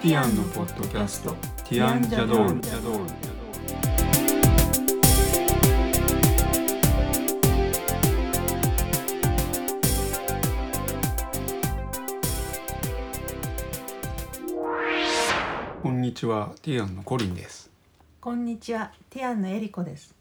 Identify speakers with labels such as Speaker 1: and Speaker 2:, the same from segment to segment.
Speaker 1: ッドキャスト「ティアンジャドール」こんにちはティアンのコリンです
Speaker 2: こんにちは、ティアンのエリコです。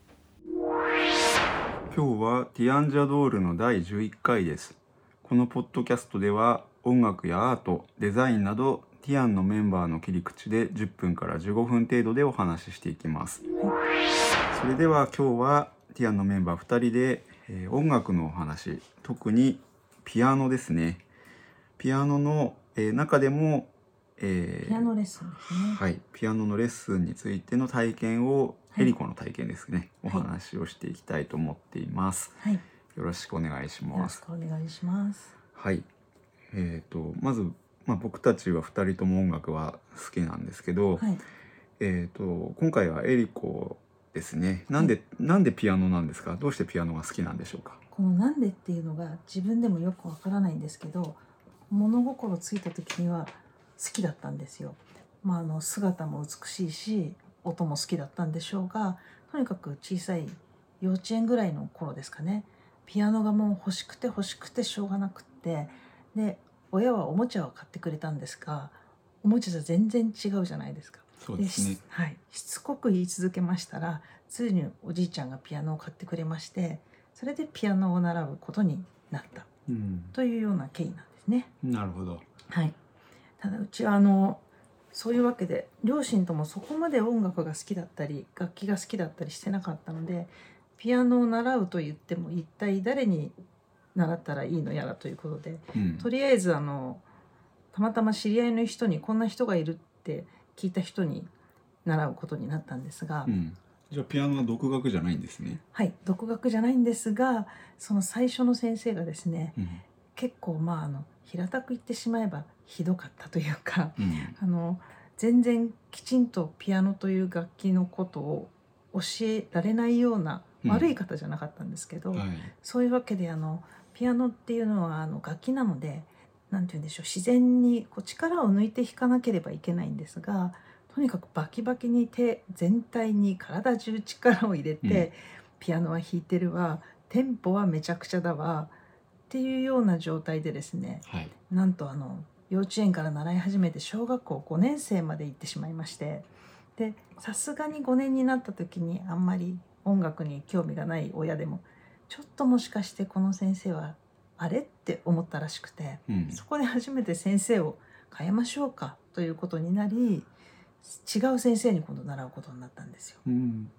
Speaker 1: 今日はティアンジャドールの第11回ですこのポッドキャストでは音楽やアートデザインなどティアンのメンバーの切り口で10分から15分程度でお話ししていきますそれでは今日はティアンのメンバー2人で、えー音楽のお話特にピアノですねピアノの、えー中でも、えー
Speaker 2: ピアノレッスンですね。
Speaker 1: はい、ピアノのレッスンについての体験を、
Speaker 2: はい
Speaker 1: エリコの体験ですね、お
Speaker 2: はい
Speaker 1: 話をしていきたいと思っています。
Speaker 2: はい、よ
Speaker 1: よろしくお願いしま
Speaker 2: ろし
Speaker 1: す。
Speaker 2: くお願いします。
Speaker 1: はい、えっ、と、まず、まあ、僕たちは二人とも音楽は好きなんですけど、
Speaker 2: はい、
Speaker 1: えっ、と、今回はエリコですね。なんで、なんでピアノなんですか。どうしてピアノが好きなんでしょうか。
Speaker 2: このなんでっていうのが自分でもよくわからないんですけど、物心ついた時には好きだったんですよ。まああの姿も美しいし、音も好きだったんでしょうが、とにかく小さい幼稚園ぐらいの頃ですかね。ピアノがもう欲しくて欲しくてしょうがなくって、で親はおもちゃを買ってくれたんですが、おもちゃじゃ全然違うじゃないですか。
Speaker 1: そう
Speaker 2: でし。はい、しつこく言い続けましたらついにおじいちゃんがピアノを買ってくれましてそれでピアノを習うことになった
Speaker 1: うん、
Speaker 2: というような経緯なんですね。
Speaker 1: なるほど。
Speaker 2: はい、ただうちはあのそういうわけで両親ともそこまで音楽が好きだったり楽器が好きだったりしてなかったのでピアノを習うと言っても一体誰に習ったらいいのやらということで
Speaker 1: うん
Speaker 2: とりあえずあのたまたま知り合いの人にこんな人がいるって聞いた人に習うことになったんですが、
Speaker 1: うんじゃあピアノは独学じゃないんですね。
Speaker 2: はい独学じゃないんですがその最初の先生がですね
Speaker 1: うん
Speaker 2: 結構まああの平たく言ってしまえばひどかったというか
Speaker 1: うん
Speaker 2: あの全然きちんとピアノという楽器のことを教えられないような
Speaker 1: うん
Speaker 2: 悪い方じゃなかったんですけど、
Speaker 1: はい。
Speaker 2: そういうわけであのピアノっていうのはあの楽器なのでなんて言うんでしょう自然にこう力を抜いて弾かなければいけないんですがとにかくバキバキに手全体に体中力を入れて、
Speaker 1: うん
Speaker 2: ピアノは弾いてるわテンポはめちゃくちゃだわっていうような状態でですね
Speaker 1: はい。
Speaker 2: なんとあの幼稚園から習い始めて小学校5年生まで行ってしまいましてでさすがに5年になった時にあんまり音楽に興味がない親でもちょっともしかしてこの先生はあれって思ったらしくて
Speaker 1: うん
Speaker 2: そこで初めて先生を変えましょうかということになり違う先生に今度習うことになったんですよ。
Speaker 1: うん。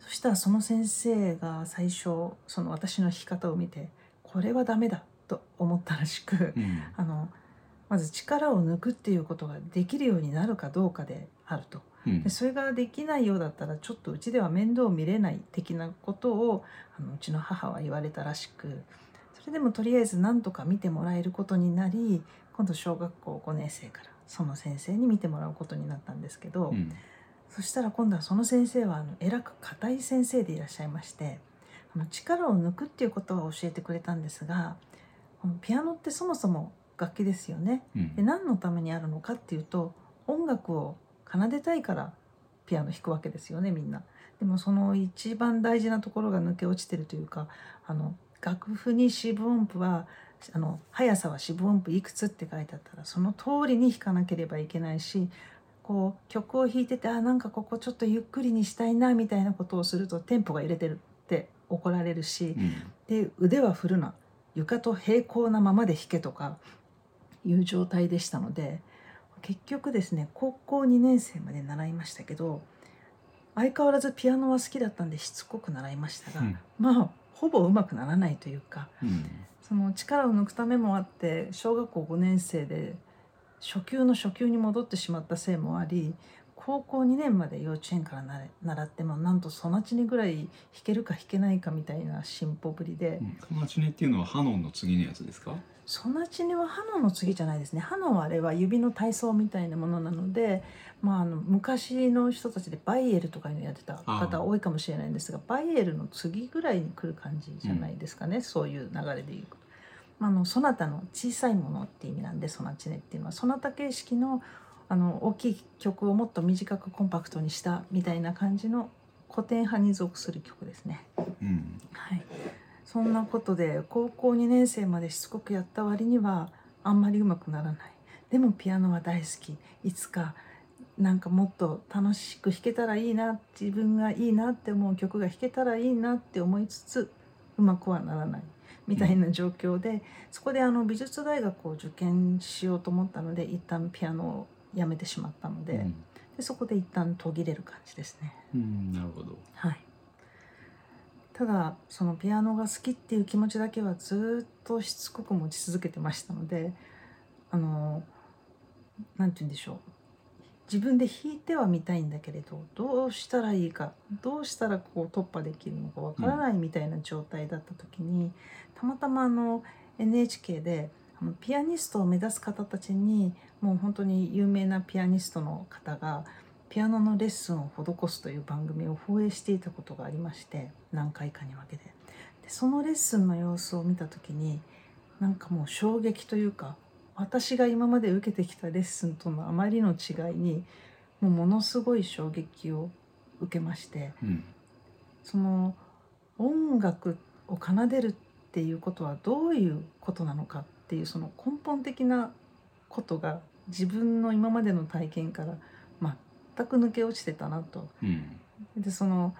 Speaker 2: そしたらその先生が最初その私の弾き方を見てこれはダメだと思ったらしく
Speaker 1: うん
Speaker 2: あのまず力を抜くっていうことができるようになるかどうかであると
Speaker 1: うん
Speaker 2: でそれができないようだったらちょっとうちでは面倒を見れない的なことをあのうちの母は言われたらしくそれでもとりあえず何とか見てもらえることになり今度小学校5年生からその先生に見てもらうことになったんですけど、
Speaker 1: うん
Speaker 2: そしたら今度はその先生はあのえらく硬い先生でいらっしゃいましてあの力を抜くっていうことは教えてくれたんですがこのピアノってそもそも楽器ですよね。
Speaker 1: うん
Speaker 2: で何のためにあるのかっていうと音楽を奏でたいからピアノ弾くわけですよねみんな。でもその一番大事なところが抜け落ちてるというかあの楽譜に四分音符はあの速さは四分音符いくつって書いてあったらその通りに弾かなければいけないしこう曲を弾いててあなんかここちょっとゆっくりにしたいなみたいなことをするとテンポが揺れてるって怒られるし、
Speaker 1: うん
Speaker 2: で腕は振るな床と平行なままで弾けとかいう状態でしたので結局ですね高校2年生まで習いましたけど相変わらずピアノは好きだったんでしつこく習いましたが、
Speaker 1: うん
Speaker 2: まあほぼ上手くならないというか
Speaker 1: うん
Speaker 2: その力を抜くためもあって小学校5年生で初級の初級に戻ってしまったせいもあり高校2年まで幼稚園からなれ習ってもなんとそなちにぐらい弾けるか弾けないかみたいな進歩ぶりで、
Speaker 1: うんソナチネっていうのはハノンの次のやつですか。
Speaker 2: ソナチネはハノンの次じゃないですねハノンはあれは指の体操みたいなものなので、まあ、あの昔の人たちでバイエルとかいうのやってた
Speaker 1: ああ
Speaker 2: 方多いかもしれないんですがバイエルの次ぐらいに来る感じじゃないですかね、そういう流れでいうと。まああのそなたの小さいものって意味なんでソナチネっていうのはそなた形式のあの大きい曲をもっと短くコンパクトにしたみたいな感じの古典派に属する曲ですね。
Speaker 1: うん
Speaker 2: はい、そんなことで高校2年生までしつこくやった割にはあんまりうまくならないでもピアノは大好きいつかなんかもっと楽しく弾けたらいいな自分がいいなって思う曲が弾けたらいいなって思いつつうまくはならないみたいな状況で、そこであの美術大学を受験しようと思ったので一旦ピアノをやめてしまったので,、
Speaker 1: うん
Speaker 2: でそこで一旦途切れる感じですね。
Speaker 1: うん、なるほど。
Speaker 2: はい、ただそのピアノが好きっていう気持ちだけはずっとしつこく持ち続けてましたのであのなんて言うんでしょう自分で弾いてはみたいんだけれどどうしたらいいかどうしたらこう突破できるのかわからないみたいな状態だった時に、たまたまあの NHK であのピアニストを目指す方たちにもう本当に有名なピアニストの方がピアノのレッスンを施すという番組を放映していたことがありまして何回かに分けてでそのレッスンの様子を見た時になんかもう衝撃というか私が今まで受けてきたレッスンとのあまりの違いにもうものすごい衝撃を受けまして
Speaker 1: うん、
Speaker 2: その音楽を奏でるっていうことはどういうことなのかっていうその根本的なことが自分の今までの体験から全く抜け落ちてたなと
Speaker 1: うん、
Speaker 2: でその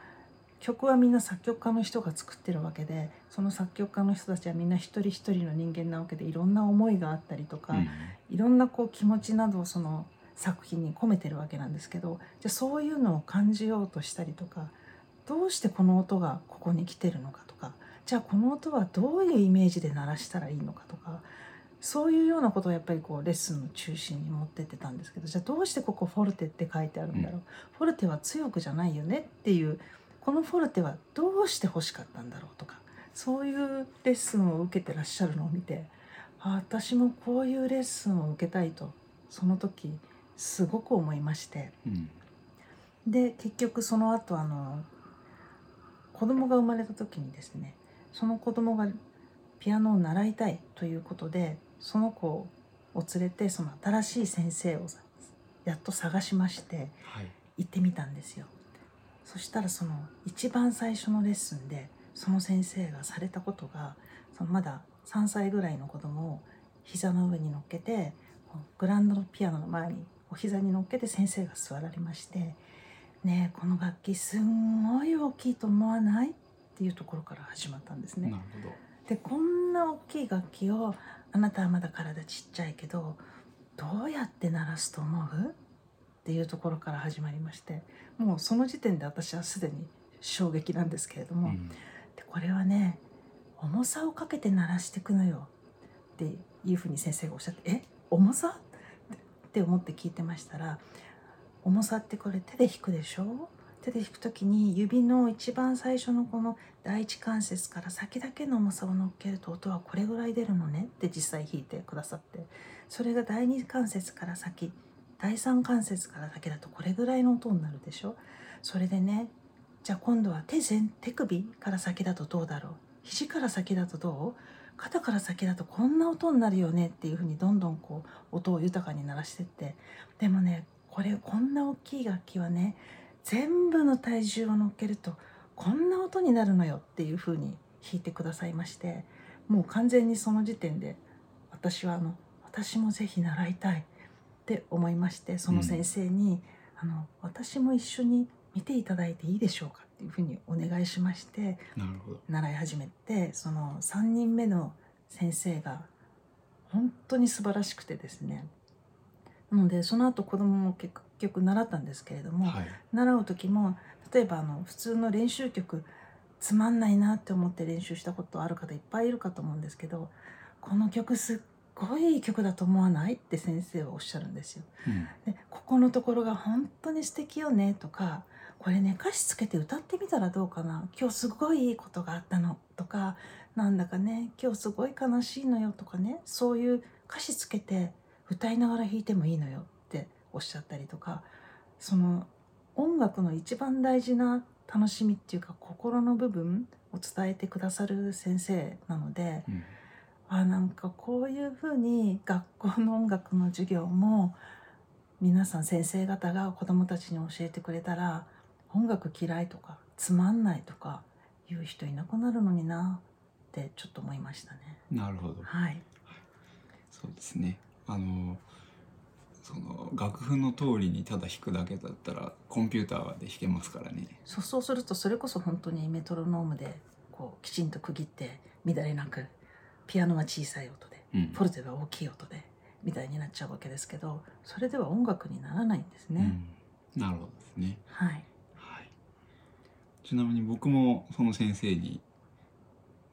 Speaker 2: 曲はみんな作曲家の人が作ってるわけでその作曲家の人たちはみんな一人一人の人間なわけでいろんな思いがあったりとか、
Speaker 1: うん、
Speaker 2: いろんなこう気持ちなどをその作品に込めてるわけなんですけどじゃあそういうのを感じようとしたりとかどうしてこの音がここに来てるのかとかじゃあこの音はどういうイメージで鳴らしたらいいのかとかそういうようなことをやっぱりこうレッスンの中心に持ってってたんですけどじゃあどうしてここフォルテって書いてあるんだろう、フォルテは強くじゃないよねっていうこのフォルテはどうして欲しかったんだろうとかそういうレッスンを受けてらっしゃるのを見てあ私もこういうレッスンを受けたいとその時すごく思いまして
Speaker 1: うん、
Speaker 2: で結局その後あの子供が生まれた時にですねその子供がピアノを習いたいということでその子を連れてその新しい先生をやっと探しまして
Speaker 1: はい、
Speaker 2: 行ってみたんですよそしたらその一番最初のレッスンでその先生がされたことがそのまだ3歳ぐらいの子供を膝の上に乗っけてこうグランドのピアノの前にお膝に乗っけて先生が座られまして「ねえこの楽器すんごい大きいと思わない?」っていうところから始まったんですね。
Speaker 1: なるほど。
Speaker 2: でこんな大きい楽器をあなたはまだ体ちっちゃいけどどうやって鳴らすと思うっていうところから始まりましてもうその時点で私はすでに衝撃なんですけれど
Speaker 1: う
Speaker 2: も、
Speaker 1: ん、
Speaker 2: でこれはね重さをかけて鳴らしていくのよっていうふうに先生がおっしゃって「え重さ?って」って思って聞いてましたら重さってこれ手で弾くでしょ手で弾く時に指の一番最初のこの第一関節から先だけの重さを乗っけると音はこれぐらい出るのねって実際弾いてくださってそれが第二関節から先第三関節からだけだとこれぐらいの音になるでしょそれでねじゃあ今度は手全手首から先だとどうだろう肘から先だとどう肩から先だとこんな音になるよねっていうふうにどんどんこう音を豊かに鳴らしてってでもねこれこんな大きい楽器はね全部の体重を乗っけるとこんな音になるのよっていうふうに弾いてくださいましてもう完全にその時点で私はあの私もぜひ習いたいって思いましてその先生に、あの私も一緒に見ていただいていいでしょうかっていうふうにお願いしまして
Speaker 1: なるほど。
Speaker 2: 習い始めてその3人目の先生が本当に素晴らしくてですねなのでその後子供も結局習ったんですけれども、
Speaker 1: はい、
Speaker 2: 習う時も例えばあの普通の練習曲つまんないなって思って練習したことある方いっぱいいるかと思うんですけどこの曲すっごいいい曲だと思わないって先生はおっしゃるんですよ。
Speaker 1: うん、
Speaker 2: でここのところが本当に素敵よねとかこれね歌詞つけて歌ってみたらどうかな今日すごいいいことがあったのとかなんだかね今日すごい悲しいのよとかねそういう歌詞つけて歌いながら弾いてもいいのよっておっしゃったりとかその音楽の一番大事な楽しみっていうか心の部分を伝えてくださる先生なので。
Speaker 1: うん、
Speaker 2: あなんかこういうふうに学校の音楽の授業も皆さん先生方が子どもたちに教えてくれたら音楽嫌いとかつまんないとか言う人いなくなるのになってちょっと思いましたね。
Speaker 1: なるほど
Speaker 2: はい、
Speaker 1: そうですねあのその楽譜の通りにただ弾くだけだったらコンピューターで弾けますからね
Speaker 2: そうそうするとそれこそ本当にメトロノームでこうきちんと区切って乱れなくピアノは小さい音で
Speaker 1: うん
Speaker 2: フォルテは大きい音でみたいになっちゃうわけですけどそれでは音楽にならないんですね。
Speaker 1: うん、なるほどですね
Speaker 2: はい、
Speaker 1: はい、ちなみに僕もその先生に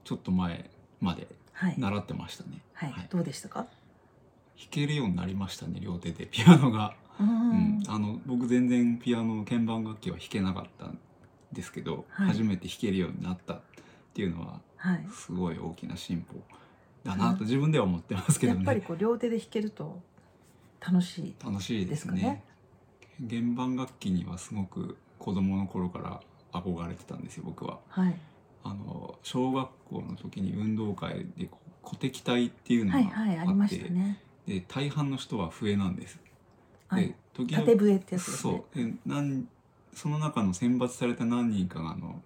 Speaker 1: ちょっと前まで
Speaker 2: はい、
Speaker 1: 習ってましたね
Speaker 2: はい
Speaker 1: はい
Speaker 2: どうでしたか、
Speaker 1: 弾けるようになりましたね両手でピアノが、
Speaker 2: うー
Speaker 1: うんん、あの僕全然ピアノ鍵盤楽器は弾けなかったんですけど、
Speaker 2: はい
Speaker 1: 初めて弾けるようになったっていうのは
Speaker 2: はい、
Speaker 1: すごい大きな進歩だなと自分では思ってますけど
Speaker 2: やっぱり
Speaker 1: ね
Speaker 2: こう両手で弾けると楽しい。
Speaker 1: 楽しいです
Speaker 2: ですか
Speaker 1: ね
Speaker 2: ね
Speaker 1: 鍵盤楽器にはすごく子供の頃から憧れてたんですよ僕は
Speaker 2: はい、
Speaker 1: あの小学校の時に運動会でこう鼓笛隊っていうのがあ
Speaker 2: は
Speaker 1: っ
Speaker 2: い、
Speaker 1: て、
Speaker 2: はい、ありましたね。
Speaker 1: で大半の人は笛なんです。
Speaker 2: はい
Speaker 1: で、時々
Speaker 2: 縦笛ってやつですね。
Speaker 1: そうでなんその中の選抜された何人かがあの、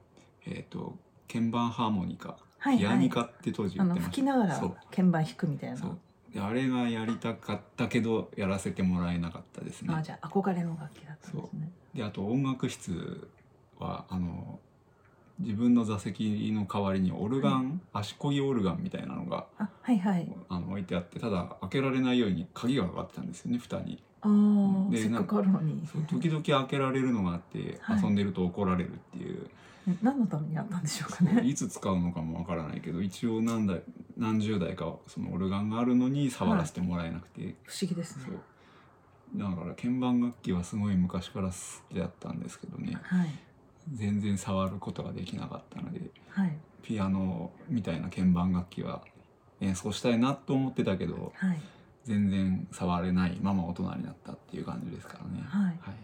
Speaker 1: えー、と鍵盤ハーモニカ、
Speaker 2: はい、はい、
Speaker 1: ピアニカって当時
Speaker 2: あ
Speaker 1: 言っ
Speaker 2: の
Speaker 1: てま
Speaker 2: 吹
Speaker 1: した
Speaker 2: きながら
Speaker 1: そう
Speaker 2: 鍵盤弾くみたいな。
Speaker 1: そうであれがやりたかったけどやらせてもらえなかったですね
Speaker 2: あ、じゃあ憧れの楽器だったんですね。
Speaker 1: であと音楽室はあの自分の座席の代わりにオルガン、足こぎオルガンみたいなのが
Speaker 2: あ、はいはい。
Speaker 1: あの置いてあってただ開けられないように鍵がかかってたんですよね蓋に
Speaker 2: ああ、
Speaker 1: で
Speaker 2: せっかくあるのに。
Speaker 1: そう時々開けられるのがあって、
Speaker 2: はい
Speaker 1: 遊んでると怒られるっていう
Speaker 2: 何のためにあったんでしょうかね。
Speaker 1: いつ使うのかもわからないけど一応何台何十台かそのオルガンがあるのに触らせてもらえなくて、
Speaker 2: 不思議ですね
Speaker 1: そ。うだから鍵盤楽器はすごい昔から好きだったんですけどね
Speaker 2: はい。
Speaker 1: 全然触ることができなかったので
Speaker 2: はい。
Speaker 1: ピアノみたいな鍵盤楽器は演奏したいなと思ってたけど
Speaker 2: はい。
Speaker 1: 全然触れないまま大人になったっていう感じですからね。
Speaker 2: はい
Speaker 1: はい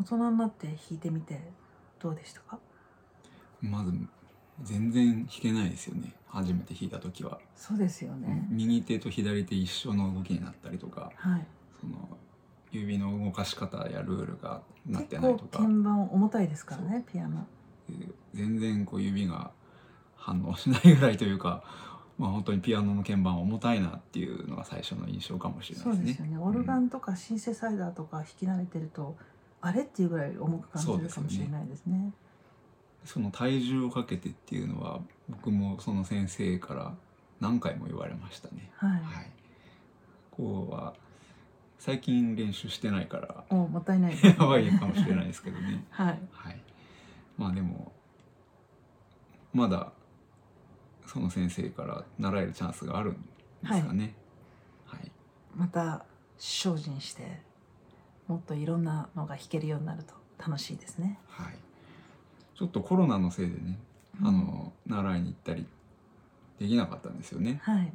Speaker 2: 大人になって弾いてみて。どうでしたか。
Speaker 1: まず全然弾けないですよね初めて弾いた時は、
Speaker 2: そうですよね。
Speaker 1: 右手と左手一緒の動きになったりとか
Speaker 2: はい。
Speaker 1: その指の動かし方やルールがなって
Speaker 2: 結
Speaker 1: ない
Speaker 2: 構
Speaker 1: とか
Speaker 2: 鍵盤重たいですからね、ピアノ。
Speaker 1: で全然こう指が反応しないぐらいというか、まあ、本当にピアノの鍵盤は重たいなっていうのが最初の印象かもしれな
Speaker 2: そう
Speaker 1: いで
Speaker 2: ですす
Speaker 1: ね。
Speaker 2: よね。オルガンとかシンセサイザーとか弾き慣れてると。あれっていうぐらい重く感じるかもしれないですね。
Speaker 1: その体重をかけてっていうのは僕もその先生から何回も言われましたね。
Speaker 2: はい。
Speaker 1: はい、こうは最近練習してないから
Speaker 2: お、もったいないですね。
Speaker 1: やばいかもしれないですけどね、
Speaker 2: はい。
Speaker 1: はい、まあでもまだその先生から習えるチャンスがあるんですかね。はい
Speaker 2: また精進してもっといろんなのが弾けるようになると楽しいですね。
Speaker 1: はい、ちょっとコロナのせいでね、あの習いに行ったりできなかったんですよね。
Speaker 2: はい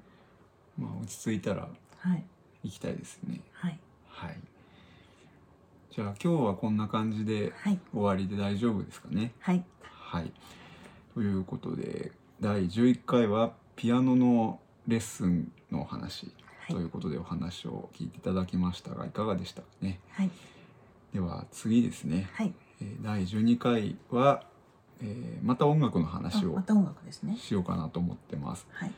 Speaker 1: まあ、落ち着いたら
Speaker 2: はい
Speaker 1: 行きたいですね。
Speaker 2: はい
Speaker 1: はい。じゃあ今日はこんな感じで
Speaker 2: はい
Speaker 1: 終わりで大丈夫ですかね。
Speaker 2: はい
Speaker 1: はい。ということで第11回はピアノのレッスンのお話
Speaker 2: はい
Speaker 1: ということでお話を聞いていただきましたがいかがでしたかね。
Speaker 2: はい
Speaker 1: では次ですね。
Speaker 2: はい。
Speaker 1: えー第12回は、えーまた音楽の
Speaker 2: あ
Speaker 1: 話を
Speaker 2: また音楽ですね。
Speaker 1: しようかなと思ってます。
Speaker 2: はい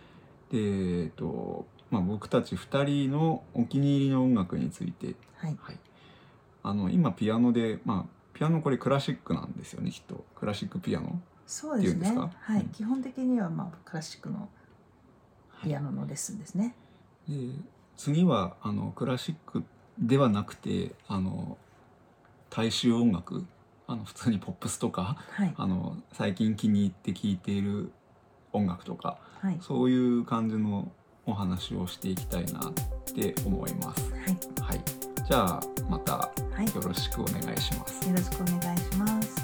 Speaker 1: で、えーとまあ、僕たち2人のお気に入りの音楽について、
Speaker 2: はい
Speaker 1: はい、あの今ピアノで、まあ、ピアノこれクラシックなんですよねきっとクラシックピアノ。
Speaker 2: そうです
Speaker 1: って
Speaker 2: ね。
Speaker 1: いうんですか
Speaker 2: はい、
Speaker 1: うん
Speaker 2: 基本的にはまあクラシックの
Speaker 1: はい
Speaker 2: ピアノのレッスンですね。
Speaker 1: で次はあのクラシックではなくてあの大衆音楽あの普通にポップスとか
Speaker 2: はい
Speaker 1: あの最近気に入って聴いている音楽とか
Speaker 2: はい
Speaker 1: そういう感じのお話をしていきたいなって思います。
Speaker 2: はい
Speaker 1: はい、じゃあまた
Speaker 2: はい。
Speaker 1: よろしくお願いします。
Speaker 2: よろしくお願いします。